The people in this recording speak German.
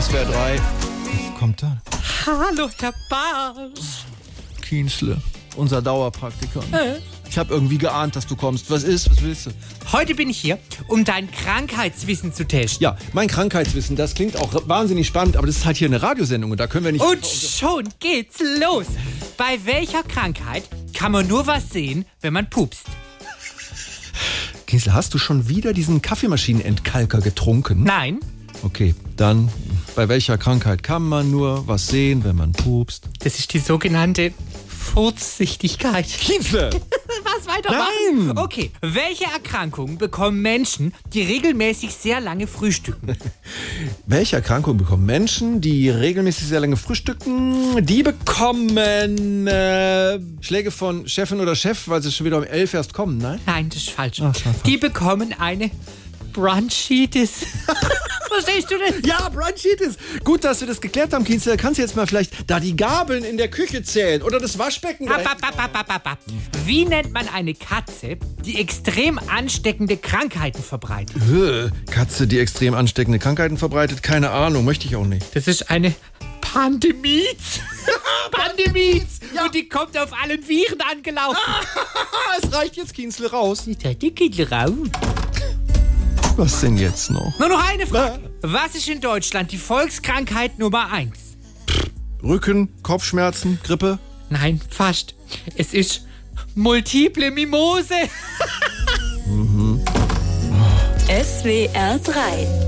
SWR 3. Kommt da. Hallo, Herr Barsch. Kienzle, unser Dauerpraktikant. Ich habe irgendwie geahnt, dass du kommst. Was ist? Was willst du? Heute bin ich hier, um dein Krankheitswissen zu testen. Ja, mein Krankheitswissen, das klingt auch wahnsinnig spannend, aber das ist halt hier eine Radiosendung und da können wir nicht. Und schon geht's los. Bei welcher Krankheit kann man nur was sehen, wenn man pupst? Kienzle, hast du schon wieder diesen Kaffeemaschinenentkalker getrunken? Nein, Okay, dann bei welcher Krankheit kann man nur was sehen, wenn man pupst? das ist die sogenannte Furzsichtigkeit. Kienzle! Was weitermachen? Nein! Okay, welche Erkrankungen bekommen Menschen, die regelmäßig sehr lange frühstücken? Welche Erkrankung bekommen Menschen, die regelmäßig sehr lange frühstücken? Die bekommen äh, Schläge von Chefin oder Chef, weil sie schon wieder um elf erst kommen, nein? Nein, das ist falsch. das war falsch. Die bekommen eine Bronchitis. Verstehst du das? Ja, Bronchitis. Gut, dass wir das geklärt haben, Kienzle. Da kannst du jetzt mal vielleicht da die Gabeln in der Küche zählen oder das Waschbecken. da Ab, hinten. ab, ab, ab, ab, ab, ab. Wie nennt man eine Katze, die extrem ansteckende Krankheiten verbreitet? Höh, Katze, die extrem ansteckende Krankheiten verbreitet? Keine Ahnung, möchte ich auch nicht. Das ist eine Pandemie. Pandemie. Und die kommt auf allen Viren angelaufen. Ah, es reicht jetzt, Kienzle, raus. Die geht raus. Was denn jetzt noch? Nur noch eine Frage. Was ist in Deutschland die Volkskrankheit Nummer 1? Rücken, Kopfschmerzen, Grippe. Nein, fast. Es ist multiple Mimose. SWR 3